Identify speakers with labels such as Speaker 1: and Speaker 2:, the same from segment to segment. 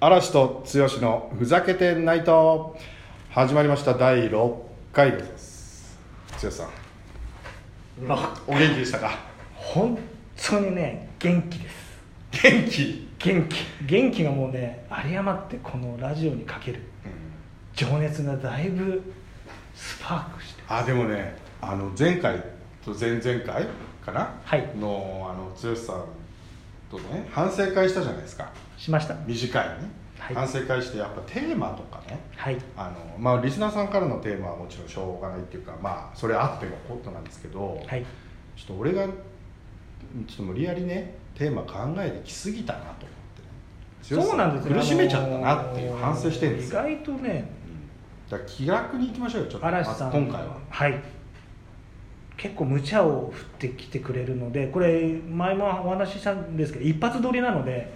Speaker 1: 嵐と剛のふざけてないと始まりました第6回でございます剛さん
Speaker 2: ま
Speaker 1: お元気でしたか
Speaker 2: 本当にね元気です
Speaker 1: 元気、
Speaker 2: 元気元気がもうね有り余ってこのラジオにかける情熱がだいぶスパークして
Speaker 1: あでもねあの前回と前々回かな、
Speaker 2: はい
Speaker 1: のあの剛さんとね反省会したじゃないですか
Speaker 2: しました
Speaker 1: 短いね、
Speaker 2: はい
Speaker 1: 反省会してやっぱテーマとかね
Speaker 2: はい
Speaker 1: あのまあ、リスナーさんからのテーマはもちろんしょうがないっていうか、まあ、それあってのことなんですけど、
Speaker 2: はい
Speaker 1: ちょっと俺がちょっと無理やりねテーマ考えてきすぎたなと思って
Speaker 2: そうなんです
Speaker 1: 苦しめちゃったなっていう反省してるんですよ、
Speaker 2: あのー意外とね
Speaker 1: うんだから気楽にいきましょうよちょっと
Speaker 2: 嵐さん
Speaker 1: まず今回は
Speaker 2: はい結構無茶を振ってきてくれるのでこれ前もお話ししたんですけど一発撮りなので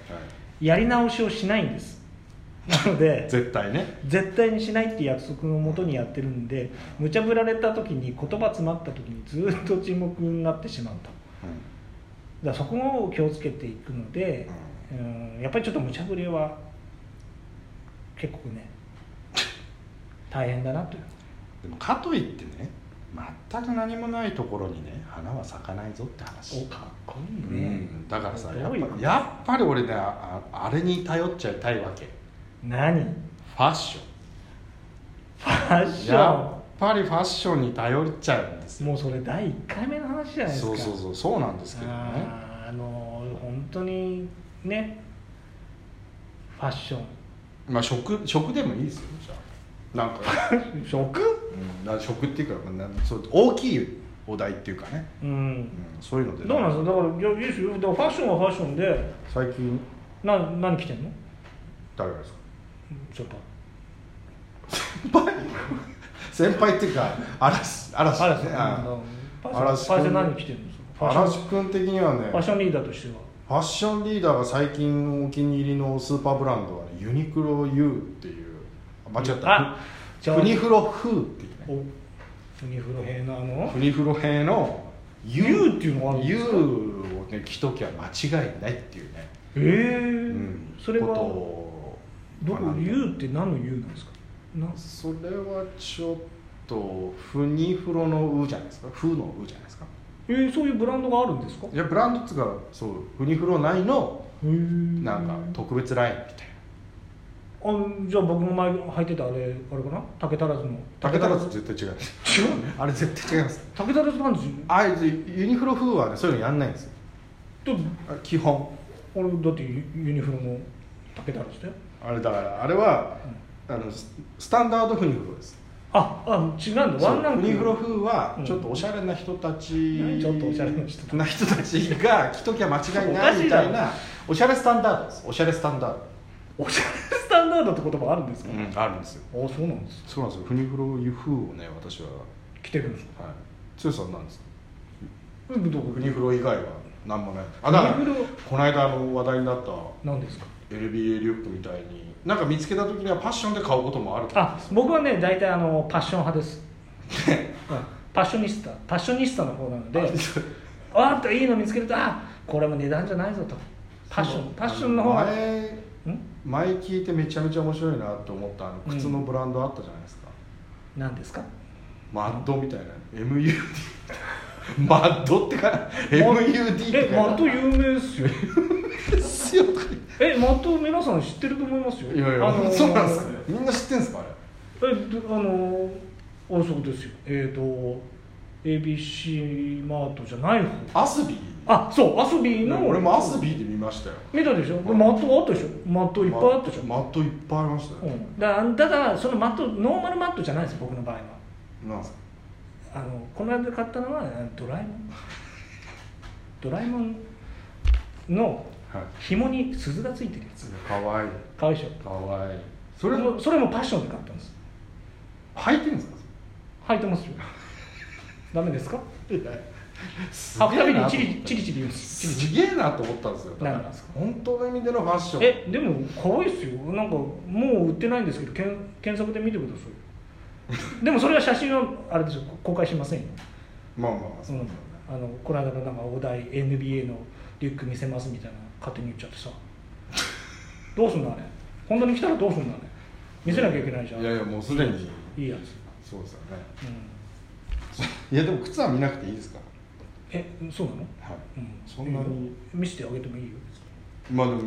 Speaker 2: やり直しをしないんですな ので
Speaker 1: 絶対ね
Speaker 2: 絶対にしないって約束のもとにやってるんで無茶ぶられた時に言葉詰まった時にずっと沈黙になってしまうとだからそこを気をつけていくので、うん、やっぱりちょっと無茶ぶりは結構ね大変だなという
Speaker 1: でもかといってね全く何もないところにね花は咲かないぞって話
Speaker 2: かっこ
Speaker 1: う
Speaker 2: いいね、
Speaker 1: ん、だからさや
Speaker 2: ど
Speaker 1: っ
Speaker 2: ういうこ
Speaker 1: ぱ
Speaker 2: と
Speaker 1: やっぱり俺ねあああれに頼っちゃいたいわけ
Speaker 2: 何フ
Speaker 1: ファッショ
Speaker 2: ァッ
Speaker 1: ン
Speaker 2: シ
Speaker 1: や
Speaker 2: ョ
Speaker 1: っぱりファッションに頼っちゃうんです
Speaker 2: ン
Speaker 1: よ
Speaker 2: もうそれ第1回目の話じゃないです
Speaker 1: そ
Speaker 2: か
Speaker 1: うそうそうそうなんですけどね
Speaker 2: あーあの本当にねファッション
Speaker 1: まあ食食でもいいですよじゃあなんか、
Speaker 2: 食
Speaker 1: うん、な食っていうか、まあなそう大きいお題っていうかね、
Speaker 2: う
Speaker 1: うんん、そういうので
Speaker 2: どうなんですかだからいやいいですよだからファッションはファッションで
Speaker 1: 最近
Speaker 2: な何着てんの
Speaker 1: 誰がですか
Speaker 2: ちょっと
Speaker 1: 先輩っていうか嵐嵐ね
Speaker 2: 嵐君
Speaker 1: あ
Speaker 2: ファッショ
Speaker 1: 嵐君
Speaker 2: ンファッション何着てるんですかファッシ
Speaker 1: 嵐君的にはね
Speaker 2: ョン
Speaker 1: フ
Speaker 2: ファッ
Speaker 1: ァ
Speaker 2: ションリーダーとしては
Speaker 1: ッションリーダーが最近お気に入りのスーパーブランドは、ね、ユニクロ U っていうあ間違った
Speaker 2: あじゃあ
Speaker 1: フニフロ風っていうね
Speaker 2: おフニフロヘなの
Speaker 1: フニフロ兵の
Speaker 2: U っていうのがあるんですか
Speaker 1: U をね着ときゃ間違いないっていうね
Speaker 2: え
Speaker 1: う
Speaker 2: ー
Speaker 1: ん
Speaker 2: それは
Speaker 1: こと
Speaker 2: ど
Speaker 1: を
Speaker 2: こ
Speaker 1: 学んだ
Speaker 2: U って何の U なんですかな
Speaker 1: それはちょっとふにふろの「う」じゃないですか「ふ」の「う」じゃないですか
Speaker 2: えーそういうブランドがあるんですかへ
Speaker 1: いやブランドっつうかそうふにふろないの
Speaker 2: ー
Speaker 1: なんか特別ラインみたい
Speaker 2: あじゃあ僕の前履いてたあれあれかな竹足らずの
Speaker 1: な竹足らず絶対違います
Speaker 2: 違うね
Speaker 1: あれ絶対違います
Speaker 2: 竹足らずパンツ
Speaker 1: ああいうユニフロ風はねそういうのやんないんですよ
Speaker 2: と
Speaker 1: あ基本
Speaker 2: 俺だってユユニフロの竹太郎したよ
Speaker 1: あれだからあれは、あのススタンダードふにふろです
Speaker 2: ああ違うんだ
Speaker 1: そ
Speaker 2: ワ
Speaker 1: う
Speaker 2: ンラン
Speaker 1: フ
Speaker 2: ク
Speaker 1: ニフロ風は
Speaker 2: うん
Speaker 1: ちょっとおしゃれな人たち、
Speaker 2: 何ちょっとおしゃれな人たち
Speaker 1: な人たちが着ときゃ間違いな
Speaker 2: おか
Speaker 1: い
Speaker 2: し
Speaker 1: み
Speaker 2: いだ
Speaker 1: た
Speaker 2: ろ
Speaker 1: いなおしゃれスタンダードですおしゃれスタンダード
Speaker 2: おしゃれスタンダードって言葉あるんですか、
Speaker 1: うん、あるんですよ
Speaker 2: あそうなんです
Speaker 1: そうなんですよフニフロユフーをね私は
Speaker 2: 来てるんですか
Speaker 1: はい剛さんなんですか
Speaker 2: うんどこ
Speaker 1: フニフロ以外は何もないあ
Speaker 2: フニ
Speaker 1: だ
Speaker 2: フ
Speaker 1: からこ
Speaker 2: ロ
Speaker 1: の間あの話題になった
Speaker 2: なんですか
Speaker 1: LBA リュックみたいになんか見つけた時にはパッションで買うこともあると思うん
Speaker 2: あ
Speaker 1: ですよ
Speaker 2: 僕はね大体あのパッション 派です、うん、パッショニスタパッショニスタの方なのでわーっといいの見つけるとあこれも値段じゃないぞとパッションパッションの方
Speaker 1: あ
Speaker 2: がん
Speaker 1: 前前聞いてめちゃめちゃ面白いなと思ったあの靴のブランドあったじゃないですか、
Speaker 2: 何ですか
Speaker 1: マッドみたいな MUD マッドってか MUD って
Speaker 2: えマット
Speaker 1: い
Speaker 2: 有名ですよ
Speaker 1: ですよ
Speaker 2: えマット皆さん知ってると思いますよ
Speaker 1: いやいや、
Speaker 2: あのー
Speaker 1: そうなんですかみんな知ってんすかあれ
Speaker 2: えっとあのあそうですよえっ、と ABC マートじゃない方
Speaker 1: アスビー
Speaker 2: あそうアスビーの
Speaker 1: 俺もアスビーで見ましたよ
Speaker 2: 見たでしょでマットあったでしょマットいっぱいあったでしょ、
Speaker 1: マットいっぱいありました
Speaker 2: う
Speaker 1: よ、
Speaker 2: ん、だからただそのマットノーマルマットじゃないです僕の場合は
Speaker 1: なんすか
Speaker 2: あのこの間買ったのはあのドラえもんドラえもんの
Speaker 1: はい
Speaker 2: 紐に鈴がついてるやつ
Speaker 1: かわいい
Speaker 2: かわいいでしょ
Speaker 1: かわいいそ
Speaker 2: そ
Speaker 1: れ
Speaker 2: れ
Speaker 1: も
Speaker 2: もそれもパッションで買ったんです
Speaker 1: 履いてんですか
Speaker 2: 履いてますよダメですか
Speaker 1: す
Speaker 2: 履くたび
Speaker 1: な
Speaker 2: に
Speaker 1: と
Speaker 2: チ
Speaker 1: 思っ
Speaker 2: リチリチリ言うんですチリチリ
Speaker 1: すげえなと思ったんですよだか
Speaker 2: なん
Speaker 1: ら
Speaker 2: ですか
Speaker 1: 本当の意味でのファッション
Speaker 2: えでも可愛いっすよなんかもう売ってないんですけどけん検索で見てください でもそれは写真はあれですよ公開しませんよ、
Speaker 1: まあまあ
Speaker 2: う
Speaker 1: そうんなんだよね、
Speaker 2: あのこの間のなんかお題 NBA のリュック見せますみたいなの勝手に言っちゃってさ どうすんのあれ本当に来たらどうするんだね見せなきゃいけないじゃん
Speaker 1: いやいやもうすでに
Speaker 2: いいやつ、
Speaker 1: そうですよね
Speaker 2: う ん、
Speaker 1: いやでも靴は見なくていいですか
Speaker 2: えそうなの、
Speaker 1: らはい
Speaker 2: うん、
Speaker 1: そんなに
Speaker 2: 見せてあげてもいいよ、
Speaker 1: まあでも、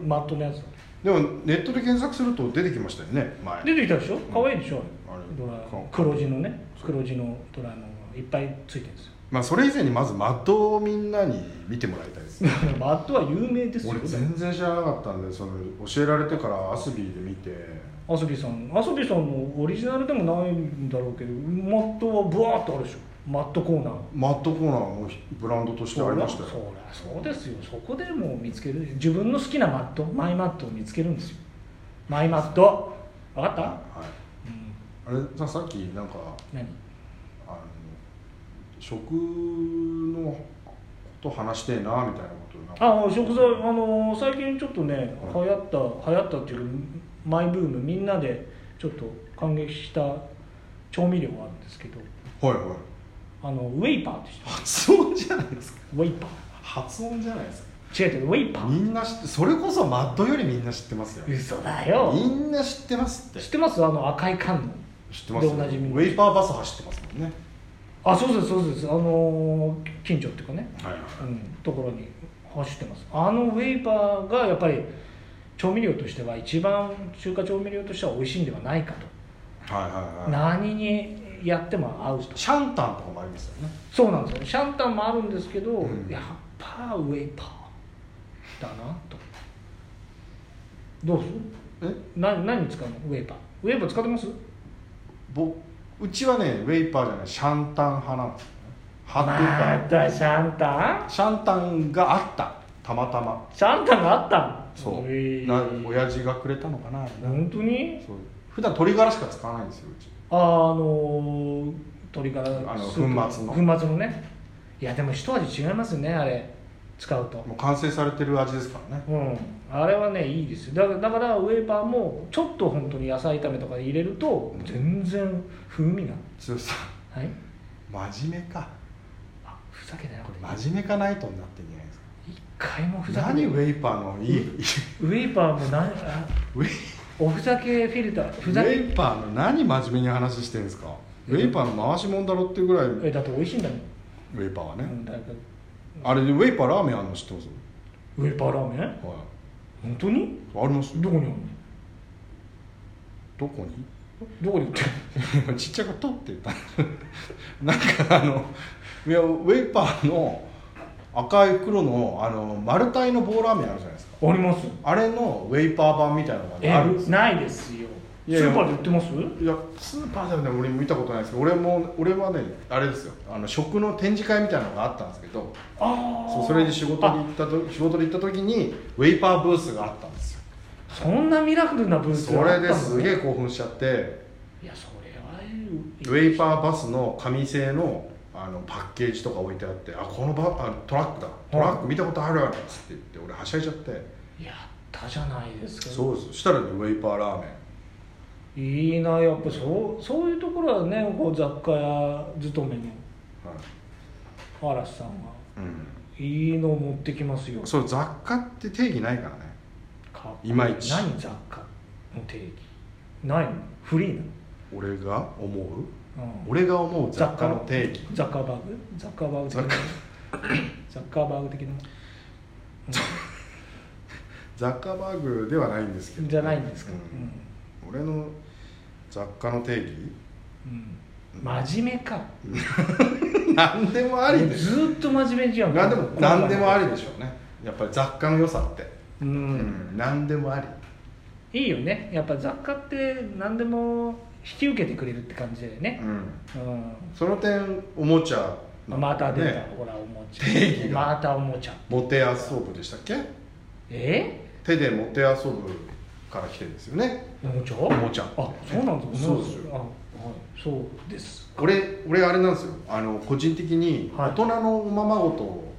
Speaker 2: ま、マットのやつだ
Speaker 1: でもネットで検索すると出てきましたよね前
Speaker 2: 出てきたでしょ可愛いでしょ、
Speaker 1: あれ
Speaker 2: ドラえもん
Speaker 1: か
Speaker 2: 黒字のね黒字のドラえもんがいっぱいついてるんで すよ
Speaker 1: まあそれ以前にまずマットをみんなに見てもらいたいですね
Speaker 2: マットは有名ですよ
Speaker 1: 俺全然知らなかったんでその教えられてからアスビーで見て
Speaker 2: アソビさんアソビさんのオリジナルでもないんだろうけどマットはブワーっとあるでしょマットコーナー
Speaker 1: マットコーナーもブランドとしてありましたよ
Speaker 2: そりゃそりゃそうですよそこでもう見つける自分の好きなマットマイマットを見つけるんですよマイマット分かった、
Speaker 1: はい
Speaker 2: うん、
Speaker 1: あれささっきなんか
Speaker 2: 何
Speaker 1: あの食のこと話してえなみたいなことなんか
Speaker 2: あ食材あのー最近ちょっとね流行った流行ったっていうかマイブームみんなでちょっと感激した調味料があるんですけど
Speaker 1: はいはい
Speaker 2: あのウェイパーでした
Speaker 1: 発音じゃないですか
Speaker 2: ウェイパー
Speaker 1: 発音じゃないですか
Speaker 2: 違う違うウェイパー
Speaker 1: みんな知ってそれこそマットよりみんな知ってますよ
Speaker 2: 嘘だよ
Speaker 1: みんな知ってますって
Speaker 2: 知ってますあの赤い缶の
Speaker 1: 知ってますよ
Speaker 2: でおなじみ
Speaker 1: ウェイパーバス走ってますもんね
Speaker 2: あそうですそうですあのー近所っていうかね、
Speaker 1: はいは
Speaker 2: うん、ところに走ってますあのウェイパーがやっぱり調味料としては一番中華調味料としては美味しいんではないか
Speaker 1: はい
Speaker 2: と、
Speaker 1: はいはい
Speaker 2: 何にやっても合うと
Speaker 1: シャンタンとかもありますよね
Speaker 2: そうなんですよシャンタンもあるんですけど、
Speaker 1: うん
Speaker 2: やっぱウェイパーだなとどうす
Speaker 1: え
Speaker 2: るな何に使うのウェイパーウェイパー使ってます
Speaker 1: ぼうちはねウェイパーじゃないシャンタン派なんですよね派っていうか、
Speaker 2: たシャンタン
Speaker 1: シャンタンがあったたまたま
Speaker 2: シャンタンがあった
Speaker 1: そ
Speaker 2: の
Speaker 1: う、
Speaker 2: え
Speaker 1: な
Speaker 2: ー
Speaker 1: 親父がくれたのかな、
Speaker 2: 本当に
Speaker 1: そう普段鶏ガラしか使わないんですようち
Speaker 2: あーあのー鶏から
Speaker 1: あの
Speaker 2: スープ
Speaker 1: 粉末の
Speaker 2: 粉末のねいやでも一味違いますよねあれ使うと
Speaker 1: もう完成されてる味ですからね
Speaker 2: うんあれはねいいですよだからだからウェーパーもちょっと本当に野菜炒めとか入れると全然風味が
Speaker 1: 剛さ
Speaker 2: はい
Speaker 1: ん真面目か
Speaker 2: あふざけてな
Speaker 1: こ
Speaker 2: こ
Speaker 1: れ
Speaker 2: れ
Speaker 1: 真面目かないとになってんじゃないですか
Speaker 2: 一回もふざけて
Speaker 1: 何ウェイパーのいい、ウ
Speaker 2: ウェーパーも何あ
Speaker 1: ェイ
Speaker 2: おふざけフィルター
Speaker 1: ウ
Speaker 2: ふざけ
Speaker 1: ェイパーの何真面目に話してるんですかウェイパーの回しもんだろっていうぐらいウ
Speaker 2: えだって美味しいんだもん、
Speaker 1: ェイパーは
Speaker 2: う
Speaker 1: ね
Speaker 2: ん、だから
Speaker 1: あれでウェイパーラーメンあるの知ってます
Speaker 2: ウェーパーラーメン
Speaker 1: は
Speaker 2: 本当に
Speaker 1: いあります
Speaker 2: どこにあるの
Speaker 1: どこに
Speaker 2: どこで売って る
Speaker 1: ちっちゃく「と」って言ったなんかあのいやウェイパーの赤い黒のあの丸太の棒ラーメンあるじゃないですか
Speaker 2: あります
Speaker 1: あれのウェイパー版みたいなの
Speaker 2: え
Speaker 1: があるんですよ
Speaker 2: ないですよ
Speaker 1: いやいや
Speaker 2: スーパーで売ってます
Speaker 1: いやスーパーではね俺も見たことないですけど俺も俺はねあれですよあの食の展示会みたいなのがあったんですけど
Speaker 2: ああ
Speaker 1: そうそれで仕事に行ったと仕事に行った時にウェイパーブースがあったんですよ
Speaker 2: そんなミラクルなブース
Speaker 1: そ
Speaker 2: があ
Speaker 1: れ
Speaker 2: ったの
Speaker 1: ですげえ興奮しちゃって
Speaker 2: いやそれは
Speaker 1: ウェイパーバスの紙製のあのパッケージとか置いてあってあこのバあトラックだトラック見たことあるやろっつって言って俺はしゃいちゃって
Speaker 2: ーやったじゃないですか
Speaker 1: そうですそしたらねウェイパーラーメン
Speaker 2: いいなやっぱそうそういうところはねこう雑貨屋勤め
Speaker 1: はい
Speaker 2: の嵐さんは
Speaker 1: うん
Speaker 2: いいのを持ってきますよ
Speaker 1: そう雑貨って定義ないからね
Speaker 2: か
Speaker 1: いまいち
Speaker 2: 何雑貨の定義ないのフリーな
Speaker 1: 俺が思う
Speaker 2: の、うん、
Speaker 1: 俺が思う雑貨の定義
Speaker 2: ザッカーバーグザッカーバーグ的な
Speaker 1: ザッカ
Speaker 2: ザッカーバーグ的な
Speaker 1: ザッカーバーグではないんですけど、
Speaker 2: じゃないんですか、
Speaker 1: うん俺の雑貨の定
Speaker 2: うんうん、真面目か
Speaker 1: 義何でもありです
Speaker 2: ずーっと真面目じゃん
Speaker 1: 何でも何でもあ
Speaker 2: り
Speaker 1: りでしょうねやっぱり雑貨の良さって、う
Speaker 2: う
Speaker 1: ん何でもあり
Speaker 2: いいよねやっぱ雑貨って何でも引き受けてくれるって感じだよねうん、
Speaker 1: その点おもちゃなんか
Speaker 2: また出た、
Speaker 1: ね
Speaker 2: ほらおもち
Speaker 1: 定義
Speaker 2: ゃ
Speaker 1: が
Speaker 2: またおもちゃ
Speaker 1: モテ遊ぶでしたっけ
Speaker 2: え
Speaker 1: 手でモテ遊ぶから来てるんですよね
Speaker 2: おもちゃ
Speaker 1: おもちゃ
Speaker 2: あそうなんです
Speaker 1: そうですよ
Speaker 2: あはいそうです
Speaker 1: 俺俺あれなんですよあの個人的に
Speaker 2: はい
Speaker 1: 大人のおままごとを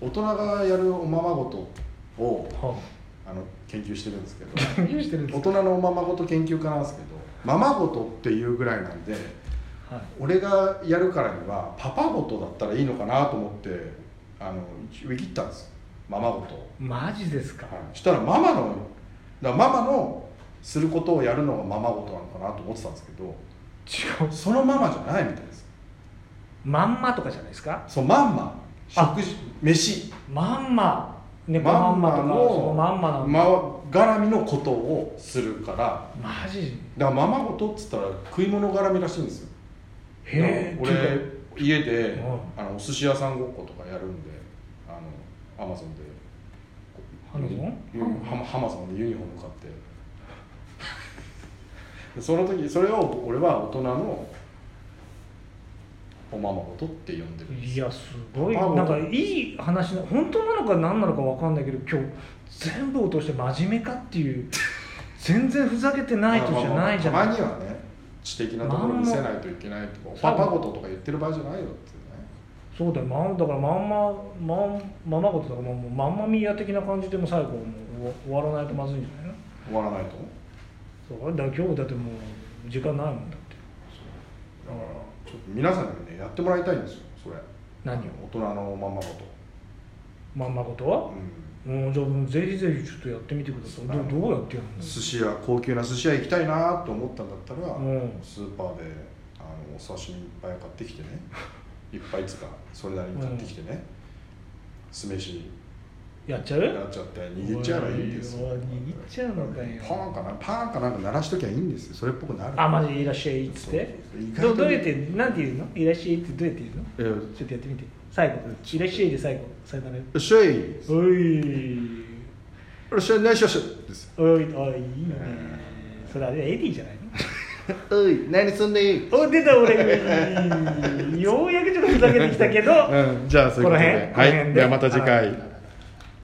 Speaker 1: 大人がやるおままごとを
Speaker 2: は
Speaker 1: あの研究してるんですけど
Speaker 2: あ 何してるんで
Speaker 1: 大
Speaker 2: すか
Speaker 1: 人のおままごと研究家なんですけどままごとっていうぐらいなんで
Speaker 2: はい
Speaker 1: 俺がやるからにはパパごとだったらいいのかなと思ってあの一応言い切ったんですよママごとを
Speaker 2: マジですか
Speaker 1: はい、したらママのだからママのすることをやるのがママごとなのかなと思ってたんですけど
Speaker 2: 違う
Speaker 1: そのママじゃないみたいです
Speaker 2: まんまとかじゃないですか
Speaker 1: そうまんま
Speaker 2: あ
Speaker 1: 食事飯
Speaker 2: まんま猫まんまとかそのまんまの、
Speaker 1: ま絡みのことをするからだか
Speaker 2: マジ
Speaker 1: らママごとっつったら食い物絡みらしいんですよ
Speaker 2: へえ
Speaker 1: だから俺家で、
Speaker 2: うん
Speaker 1: あのお寿司屋さんごっことかやるんであのアマゾンで
Speaker 2: アマゾン
Speaker 1: ユニハマハマゾンでユニフォーム買ってでその時それを俺は大人のおままごとって呼んでるんです
Speaker 2: いやすごい
Speaker 1: まあ
Speaker 2: なんかいい話の本当なのか何なのか分かんないけど今日全部を通して真面目かっていう全然ふざけてないとじゃないじゃ
Speaker 1: まあ
Speaker 2: ない
Speaker 1: まあまあたまにはね知的なところ見せないといけないとか
Speaker 2: ま
Speaker 1: パ
Speaker 2: んま
Speaker 1: パごととか言ってる場合じゃないよっていうね
Speaker 2: そうだよ、まん、だからまんままんままことだからもうまんまミーア的な感じでもう最後もう終わ終わらないとまずいんじゃないの
Speaker 1: 終わらないと
Speaker 2: そうだから今日だってもう時間ないもんだって
Speaker 1: だからちょっと皆さんにねやってもらいたいんですよそれ
Speaker 2: 何を
Speaker 1: 大人のおままごと、
Speaker 2: まんまことは、
Speaker 1: う
Speaker 2: うん、じゃあもうぜひぜひちょっとやってみてくださいど
Speaker 1: そうだね
Speaker 2: どうやってやる
Speaker 1: ん、
Speaker 2: の
Speaker 1: 寿司屋高級な寿司屋行きたいなと思ったんだったら、
Speaker 2: うん
Speaker 1: スーパーであのお刺身いっぱい買ってきてねいっぱいっつうかそれなりに買ってきてね、酢飯
Speaker 2: やっちゃう
Speaker 1: やっちゃって握っちゃえばいいんですよ
Speaker 2: おいおい握っちゃうのかよ
Speaker 1: パンかなパンかなんか鳴らしときゃいいんですよそれっぽくなる
Speaker 2: あマジいらっしゃいっつって
Speaker 1: そうそう
Speaker 2: どどうやってなんて言うのいらっしゃいってどうやって言うの
Speaker 1: え
Speaker 2: ちょっとやってみて最後いらっしゃいで最後さよなら
Speaker 1: えシェイ
Speaker 2: おい
Speaker 1: シェイナイスシャシです
Speaker 2: おいおいいいね
Speaker 1: え
Speaker 2: それあれエディじゃない
Speaker 1: おい何すんでいい
Speaker 2: のお出 た俺ようやくちょっとふざけてきたけど
Speaker 1: うん、じゃあそういうことで
Speaker 2: この辺この
Speaker 1: は
Speaker 2: 辺
Speaker 1: い、
Speaker 2: で
Speaker 1: ではまた次
Speaker 2: あ
Speaker 1: 回
Speaker 2: の